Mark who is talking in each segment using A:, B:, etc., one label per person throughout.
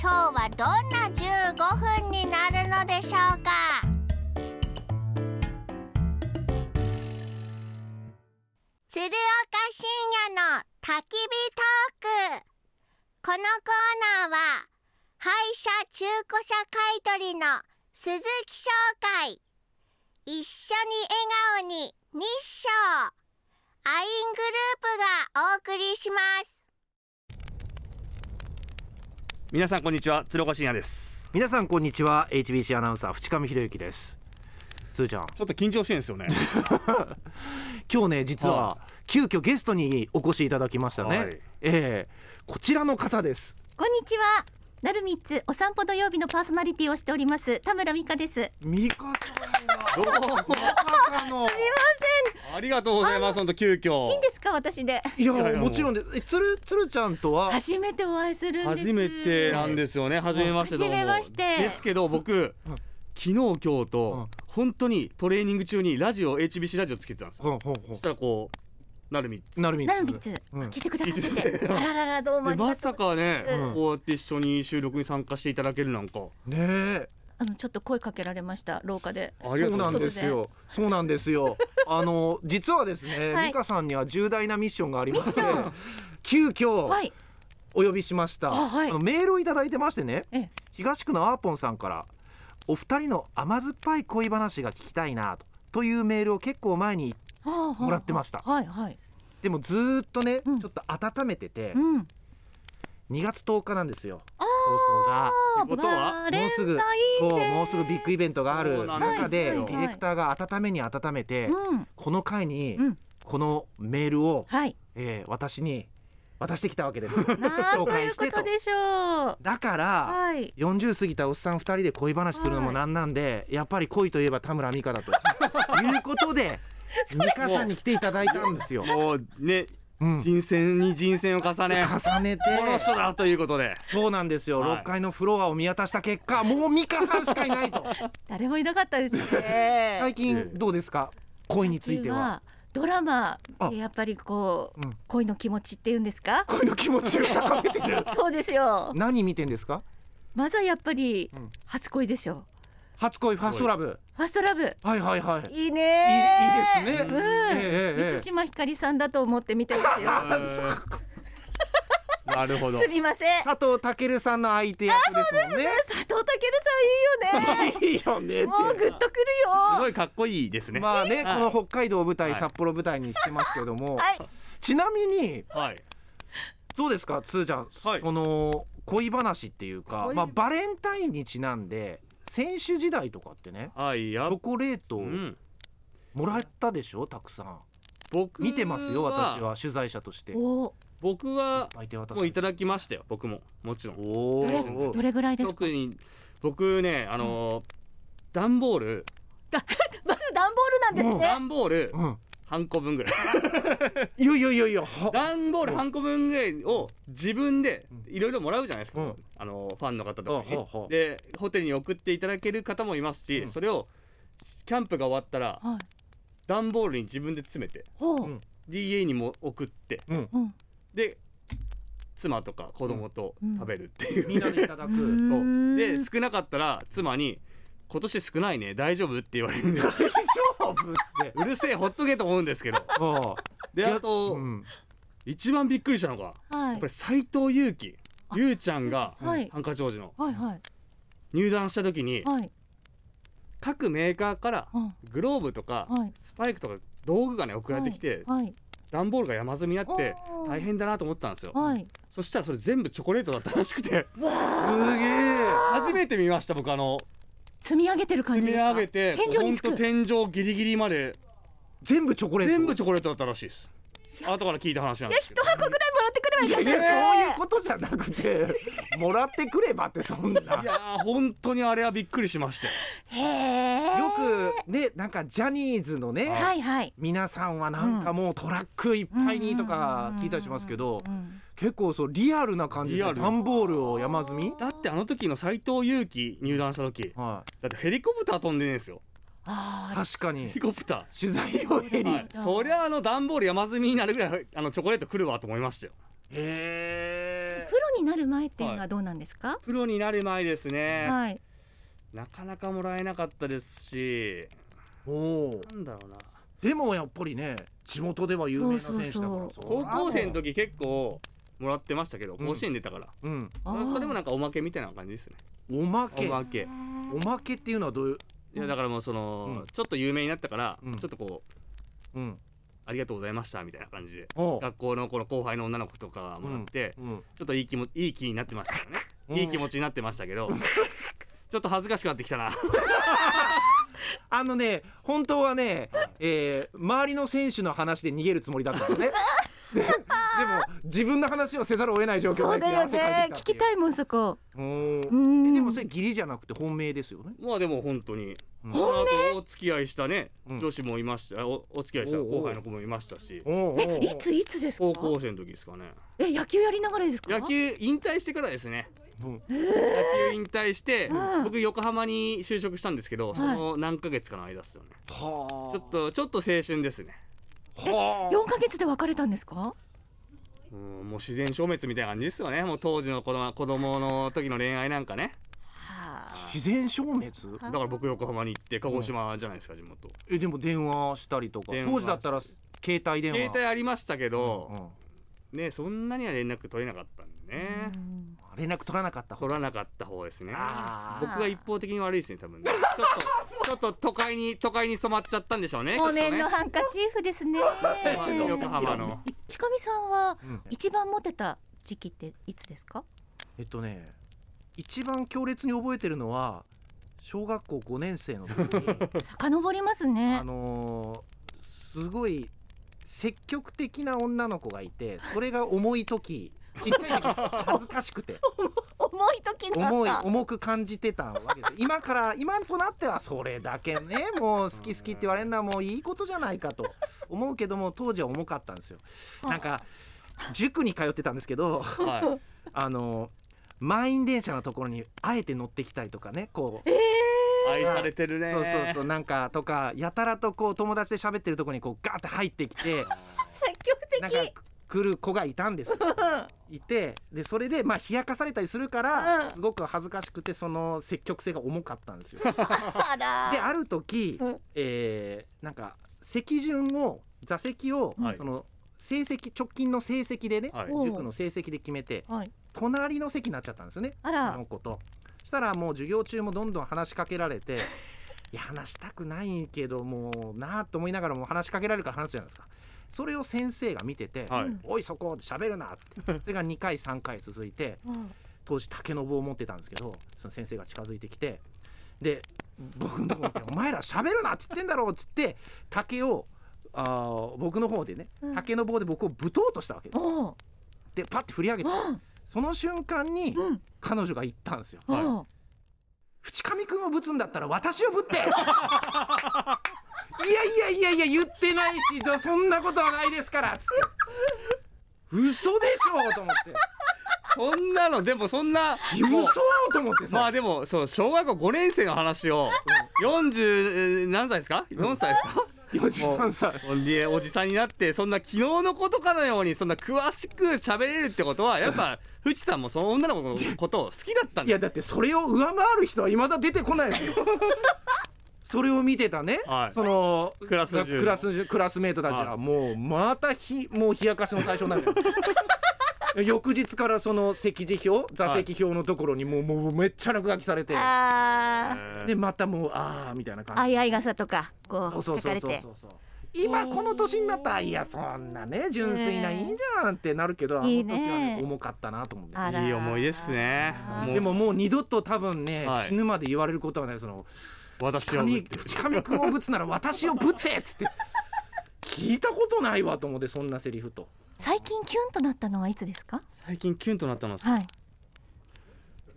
A: 今日はどんな15分になるのでしょうか鶴岡深夜の焚き火トークこのコーナーは廃車中古車買取の鈴木商会一緒に笑顔に日照アイングループがお送りします
B: 皆さんこんにちは鶴岡深夜です
C: 皆さんこんにちは HBC アナウンサー淵上博之ですすーちゃん
B: ちょっと緊張してるんですよね
C: 今日ね実は、
B: は
C: 急遽ゲストにお越しいただきましたね、
B: はい
C: ええこちらの方です
D: こんにちは。なるみっつお散歩土曜日のパーソナリティをしております田村美香です。すみ
C: ミカさんがどうまさかの
B: ありがとうございます本当急遽
D: ません。いいんですか私で。
C: いや
B: いやいや
C: もちろんでえつるつるちゃんとは
D: 初めてお会いするんです。
B: 初めてなんですよね初めましてどうも
D: 初めまして
B: ですけど僕昨日今日
C: うん
B: と本当にトレーニング中にラジオ HBC ラジオつけてたんですよ
C: ほんほん
B: そしたらこうなるみ
C: ほんなるみ
D: なるみっつ
C: うん
D: 聞いてくださって
B: 聞いて
D: て。あらららどうもあ
B: で
D: りが
B: ま
D: と
B: さ
D: う。
B: かね、
C: うん
B: こうやって一緒に収録に参加していただけるなんか
C: ねえ
D: あのちょっと声かけられました廊下で。
B: ありがとう
C: そう
B: ご
C: な
B: ざい
C: ん
B: ま
C: ですすよそうなんです よあの実はですね、
D: はい
C: ミカさんには重大なミッションがありまして
D: ミッション
C: 急遽、
D: はい。
C: お呼びしました、
D: あはい
C: あのメールをいただいてましてね
D: ええ
C: 東区のアーポンさんからお二人の甘酸っぱい恋話が聞きたいなとというメールを結構前に
D: はあはあ
C: もらってました
D: はいはい。
C: でもずーっとね、
D: うん
C: ちょっと温めてて
D: うん。
C: 2月10日なんですよ
D: あ
C: 放送が
D: あ
B: ってことは
D: バレ
C: も
D: ン
C: うすぐ
D: タイン
C: そう
D: デー
C: もうすぐビッグイベントがあ
B: そ
C: る
B: うなん
D: ですよ
C: 中で
D: はい
C: デ
D: はい
C: ィレクターが温めに温めて、
D: うん。
C: この回に、
D: うん
C: このメールを、
D: はい。
C: えー私に渡してきたわ けです
D: なん
C: 紹
D: とい
C: 介
D: う
C: して
D: こ
C: と
D: とでしょう。
C: だから、
D: はい。
C: 40過ぎたおっさん2人で恋話するのもなんなんで、やっぱり恋といえば田村美 香だということで美香さんに来ていただいたんですよ。
B: もうね
C: うん、
B: 人選に人選を重 ね
C: 重ねて
B: この人だということで
C: そうなんですよ、
B: はい
C: 6階のフロアを見渡した結果もう美香さんしかいな いと
D: 誰もいなかったです ね。
C: 最近どうですか恋については。
D: ドラマ
C: あ
D: でやっぱりこう、
C: うん
D: 恋の気持ちっていうんですか
C: 恋の気持ちを高めて る
D: そうですよ
C: 何見てんですか
D: まずはやっぱり
C: うん
D: 初恋でしょ
C: 初恋ファーストラブ
D: ファーストラブ
C: はいはいはい
D: いい
C: いい
D: ね
C: いいですね、
D: うん
C: ええええ
D: 満島ひかりさんだと思って見てる んですよ
B: なるほど
D: すみません佐
C: 佐藤健さんの相手役ですもんね
D: 藤健さんいいよ ね
C: いいよねって
D: もうグッとくる
B: す
D: よ
B: ごいかっこいいですね、
C: まあね、
B: はい
C: この北海道を舞台、
B: はい
C: 札幌舞台にしてますけども、
D: はい
C: ちなみに
B: はい
C: どうですかつーちゃん、
B: はい
C: その恋話っていうか
B: 恋、
C: まあ、バレンタインにちなんで選手時代とかってね
B: はい
C: チ
B: や
C: ョコレート
B: う
C: を
B: ん
C: もらったでしょたくさん
B: 僕
C: 見てますよ私は取材者として
D: お
B: 僕は
C: 相手渡
B: もういただきましたよ僕ももちろん
C: お
D: どれ
C: ー
D: どれぐらいですか
B: 特に僕ねあのー段ボール
D: まず段ボールなんですね
B: 段ボール
C: うん
B: 半個分ぐらい
C: いやいやいやいやは
B: 段ボール半個分ぐらいを自分でいろいろもらうじゃないですか、
C: うん
B: あのファンの方とかにね、
C: あはあはあ
B: でホテルに送っていただける方もいますし、
C: うん
B: それをキャンプが終わったら
D: はい
B: 段ボールに自分で詰めて
D: ほう、
C: うん
B: DA にも送って
C: うん
D: うん
B: で妻とか子供と食べるっていう、
C: みんなでいただ
D: う
C: く
B: そ
D: ー
B: うんで少なかったら妻に「今年少ないね大丈夫?」って言われるん です
C: 勝負って
B: うるせえほっとけと思うんですけど
C: あ
B: で
C: あ
B: あと、
C: うん
B: 一番びっくりしたのが
D: は
B: やっ
D: い
B: ぱり斎藤佑樹ゆうちゃんが
D: はい
B: ハンカチ王子の
D: はいはい
B: 入団した時に
D: はい
B: 各メーカーから
D: うん
B: グローブとか
D: はい
B: スパイクとか道具がね送られてきて
D: はい
B: 段ボールが山積みになって
D: おー
B: 大変だなと思ったんですよ
D: はい
B: そしたらそれ全部チョコレートだったらしくて
C: すげえ
B: 初めて見ました僕あの
D: 積み上げてる感じ
B: 積み
D: ですか
B: 上げて
D: 天井につく
B: ほんと天井ギリギリまで
C: 全部チョコレート
B: 全部チョコレートだったらしいです後から聞いた話なんですけど
D: 一箱ぐらいもらってくればよかっ
C: い
D: た
C: や
D: ですね
C: そういうことじゃなくて もらってくればってそんなよ
B: いやー本当にあれはびっくりしまして
A: へえ
C: くねなんかジャニーズのね、
D: はいはい
C: 皆さんはなんかもうトラックいっぱいにとか聞いたりしますけど結構そうリアルな感じで
B: リアル
C: 段ボールを山積み
B: だってあの時の斎藤佑樹入団した時
C: は
B: だってヘリコプター飛んでねえんですよ
C: い
D: あー
C: 確かに
B: ヘリコプタ
C: 取材用ヘ
B: ー、
C: リ
B: はい、そりゃあの段ボール山積みになるぐらいあのチョコレート来るわと思いましたよ
C: へ
D: プロになる前っていうのはどうなんですか
B: プロになる前ですね、
D: はい
B: なかなかもらえなかったですし
C: ーおー
B: なんだろうな
C: でもやっぱりね地元では有名な選手だから
D: そうそう
B: 高校生の時結構もらってましたけど
C: うん
B: 甲子園出たから、
C: うん
D: あー
B: それもなんかおまけみたいな感じですね
C: おま
B: お
C: け
B: まけ
C: おまけっていうのはどういう
B: いやだからもうその、
C: うん
B: ちょっと有名になったから、
C: うん
B: ちょっとこう
C: うん
B: ありがとうございましたみたいな感じで
C: お
B: 学校のこの後輩の女の子とかもらって、
C: うん
B: ちょっといい気もいい気になってましたよね、
C: うん
B: いい気持ちになってましたけ どちょっと恥ずかしくなってきたな
C: あのね本当はね、えー周りの選手の話で逃げるつもりだったのねででも 自分の話をせざるを得ない状況
D: そうだよ
C: 汗か
D: ね
C: いてき
D: 聞き
C: たったて
D: いもんそこ
C: いう
D: う
C: うん
D: ん
C: えでもそれ義理じゃなくて本命ですよね
B: まあでも本当に、
C: うん
B: その後お付き合いしたね、
C: うん
B: 女子もいましたおお付き合いした
C: おうおう
B: 後輩の子もいましたし
C: おうおうおう
D: えいついつですか
B: 高校生の時ですかね
D: え野球やりながらですか
B: 野球引退してからですね
C: うん
B: 野球引退して、
D: うん
B: 僕横浜に就職したんですけど、
D: い
B: その何ヶ月かの間ですよね
C: はあ
B: ちょっとちょっと青春ですね
C: は
D: 四ヶ月で別れたんですか
B: うんもう自然消滅みたいな感じですよねもう当時の子供子供の時の恋愛なんかね
C: あ自然消滅
B: だから僕横浜に行って鹿児島じゃないですか地元
C: えでも電話したりとか
B: 電話
C: 当時だったら携帯電話
B: 携帯ありましたけど、
C: うん
B: ねそんなには連絡取れなかったんでね、
C: 連絡取らなかった方
B: 取らなかった方ですね
C: あー
B: 僕が一方的に悪いですね多分ねちょ っとちょっと都会に都会に染まっちゃったんでしょうね
D: お年
B: きっ
D: のハンカチーフですね
B: とね横浜の
D: 近見さんは
C: うん
D: 一番モテた時期っていつですか
C: えっとね一番強烈に覚えてるのは小学校5年生の時に
D: 遡りますね
C: あのーすごい積極的な女の子がいてそれが重い時ちっちゃい時恥ずかしくて
D: 重い時が
C: 重い
D: あった
C: 重く感じてたわけです今から今となってはそれだけねもう好き好きって言われるのはもういいことじゃないかと思うけども当時は重かったんですよ。なんか塾に通ってたんですけど
B: は
C: あの満員電車のところにあえて乗ってきたりとかねこう、
B: い 愛されてるね
C: そうそうそうなんかとかやたらとこう友達で喋ってるところにこうガーって入ってきて
D: 積極
C: なんか来る子がいたんですよ いてでそれでまあ冷やかされたりするから、
D: うん
C: すごく恥ずかしくてその積極性が重かったん ですよ。
D: あら
C: である時、
D: うん
C: えーなんか席順を座席を、
B: はい
C: その成績直近の成績でね、
B: はい
D: お
C: 塾の成績で決めて
D: はい
C: 隣の席になっちゃったんですよね。
D: あ
C: そ
D: ら
C: の子としたらもう授業中もどんどん話しかけられ ていや話したくないけどもうなあと思いながらも話しかけられるから話すじゃないですかそれを先生が見てて「
B: はい
C: おいそこ喋るな」ってそれが2回3回続いて
D: うん
C: 当時竹の棒を持ってたんですけどその先生が近づいてきてで僕のとこに来て「お前ら喋るな」って言ってんだろう」っつって竹をあー僕の方でね
D: うん
C: 竹の棒で僕をぶとうとしたわけです
D: おう
C: でパッて振り上げて
D: うん
C: その瞬間に
D: うん
C: 彼女が言ったんですよ。
B: はい
D: おう
C: 淵上くんをぶつんだったら私をぶっていやいやいやいや言ってないしどそんなことはないですからつって嘘でしょと思って
B: そんなのでもそんなもう
C: 嘘と思ってさ、
B: まあでもそう小学校5年生の話を40えー何歳ですか4歳ですか
C: 43歳
B: ほんでおじさんになってそんな昨日のことかのようにそんな詳しく喋れるってことはやっ ぱ富士さんもその女の子のことを好きだったん
C: い
B: で
C: や
B: す
C: だってそれを上回る人はいまだ出てこないです よそれを見てたね、
B: はい
C: その
B: クラス中の
C: クラス中クラスメートたちは
B: はい
C: もうまたひもう冷やかしの対象にな るよ翌日からその席次表座席表のところにもうもうめっちゃ落書きされて
D: あ
C: でまたもうああみたいな
D: あ
C: 感じ
D: 相合い傘とかこ
C: そううそう
D: 書
C: そ
D: か
C: う
D: れ
C: そう
D: て
C: そうそう今この年になったらいやそんなね純粋ないいんじゃんってなるけどあの
D: い
C: 時
D: い
C: は、
D: ね
C: ね、重かったなと思って
D: あら
B: いい思い出ですね
D: あー
B: もう
C: でももう二度と多分ね、
B: はい
C: 死ぬまで言われることはないその
B: 私
C: 近
B: は
C: 見近見君をぶつなら私をぶってっつって聞いたことないわと思ってそんなセリフと
D: 最近キュンとなったのはいつですか
B: 最近キュンとなったの
D: はい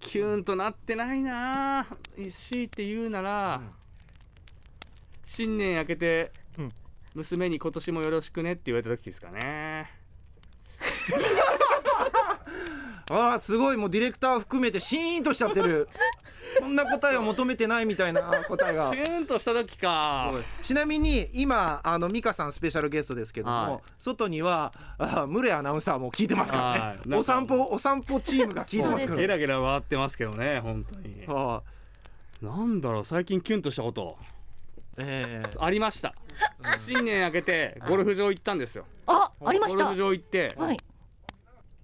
B: キュンとなってないなあ強いて言うなら、
C: うん
B: 新年明けて、
C: うん
B: 娘に今年もよろしくねって言われた時ですかね
C: ああすごいもうディレクター含めてシーンとしちゃってる そんな答えを求めてないみたいな答 えが
B: キュンとした時か
C: ちなみに今あの美香さんスペシャルゲストですけども、
B: はい
C: 外にはあームレアナウンサーも聞いてますから
B: はいなんか
C: ねお散歩お散歩チームが聞いてま すから
B: ゲ
C: ね
B: ラゲラ回ってますけどね本当に
C: あー
B: なんだろう最近キュンとしたこと
C: えー
B: ありました新年明けてゴルフ場行ったんですよ
D: あありまし
B: ゴル
D: た
B: フ場行って、
D: はい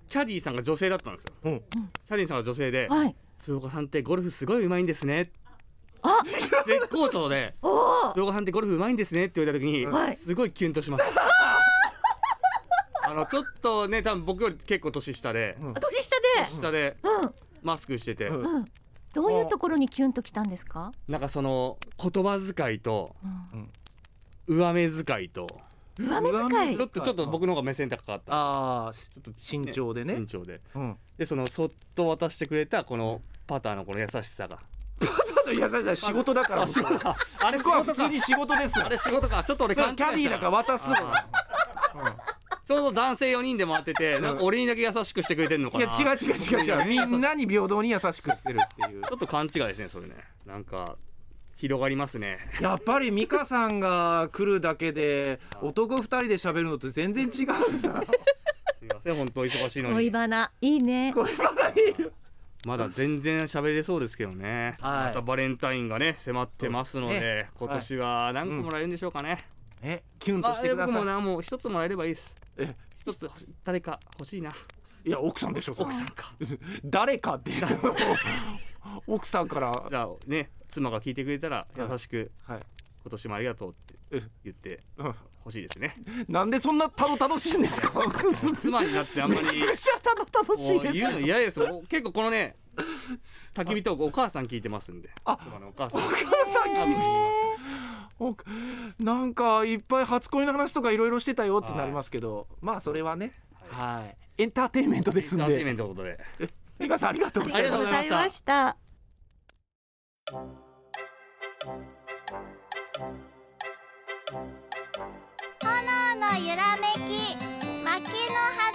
B: キャディーさんが女性だったんですよ、
C: うん
B: キャディーさんが女性で
D: はい
B: 鶴岡さんってゴルフすごい上手いんですね
D: あ
B: 絶好調で
D: おお
B: 鶴岡さんってゴルフ上手いんですねって言われた時に、
D: はい
B: すごいキュンとしますあのちょっとね多分僕より結構年下で
C: うん
D: 年下で
B: 下で
D: うん
B: マスクしてて、
C: うん
D: うんどういうところにキュンときたんですか
B: なんかその言葉遣いと
D: うん
B: 上目遣いとち
D: 上目遣い
B: ょっとちょっと僕の方が目線高かった
C: ああちょっと慎重でね
B: 身長で
C: うん、
B: でそのそっと渡してくれたこのパターのこの優しさが
C: いやいやいや仕事だから
B: あ仕事かあれ仕
C: 僕は
B: 事
C: 普
B: か
C: 通に仕事ですよ
B: あれ仕事かちょっと俺
C: それ
B: 関
C: キャディーだから渡すの
B: ちょうど男性4人で回っててなんか俺にだけ優しくしてくれてんのか
C: い
B: な
C: や違う違う違う違うみんなに平等に優しくしてるっていう
B: ちょっと勘違いですねそれねなんか広がりますね
C: やっぱり美香さんが来るだけで男二人で喋るのと全然違うんだな
B: すいません本当忙しいの
D: 恋
B: に
D: バナいいね
C: これはいいよ
B: まだ全然喋れそうですけどね、
C: はい
B: またバレンタインがね迫ってますので、
C: そうね
B: 今年は何個もらえるんでしょうかね、
C: えキュンと
B: ま
C: し
B: あ
C: てくだ
B: 僕
C: さい
B: もなもう一つもらえればいいです
C: え
B: 一つ誰か欲しいない
C: や奥さんでしょ
B: 奥さんか
C: 誰かっていう 奥さんから
B: じゃあね妻が聞いてくれたら優しく
C: はい
B: 今年もありがとうって
C: え
B: 言って
C: うん
B: ほしいですね
C: なんでそんなたどたどしいんですか
B: 妻になってあんまり
C: めちゃくちゃたどたどし
B: も
C: いうです
B: 言
C: か
B: うの嫌ですもう結構このね焚き火トークお母さん聞いてますんで
C: あ
B: 妻のお母さん
C: さっきおなんかいっぱい初恋の話とかいろいろしてたよってなりますけど、まあそれはねはいエンターテインメントで
B: エ
C: す
B: ンタ
C: ん
B: ーテインメ
C: で
B: ントのことで
C: 美香さんありがとうございます
B: ありがとうございました
D: ありがとうした
A: 炎の揺らめき薪の葉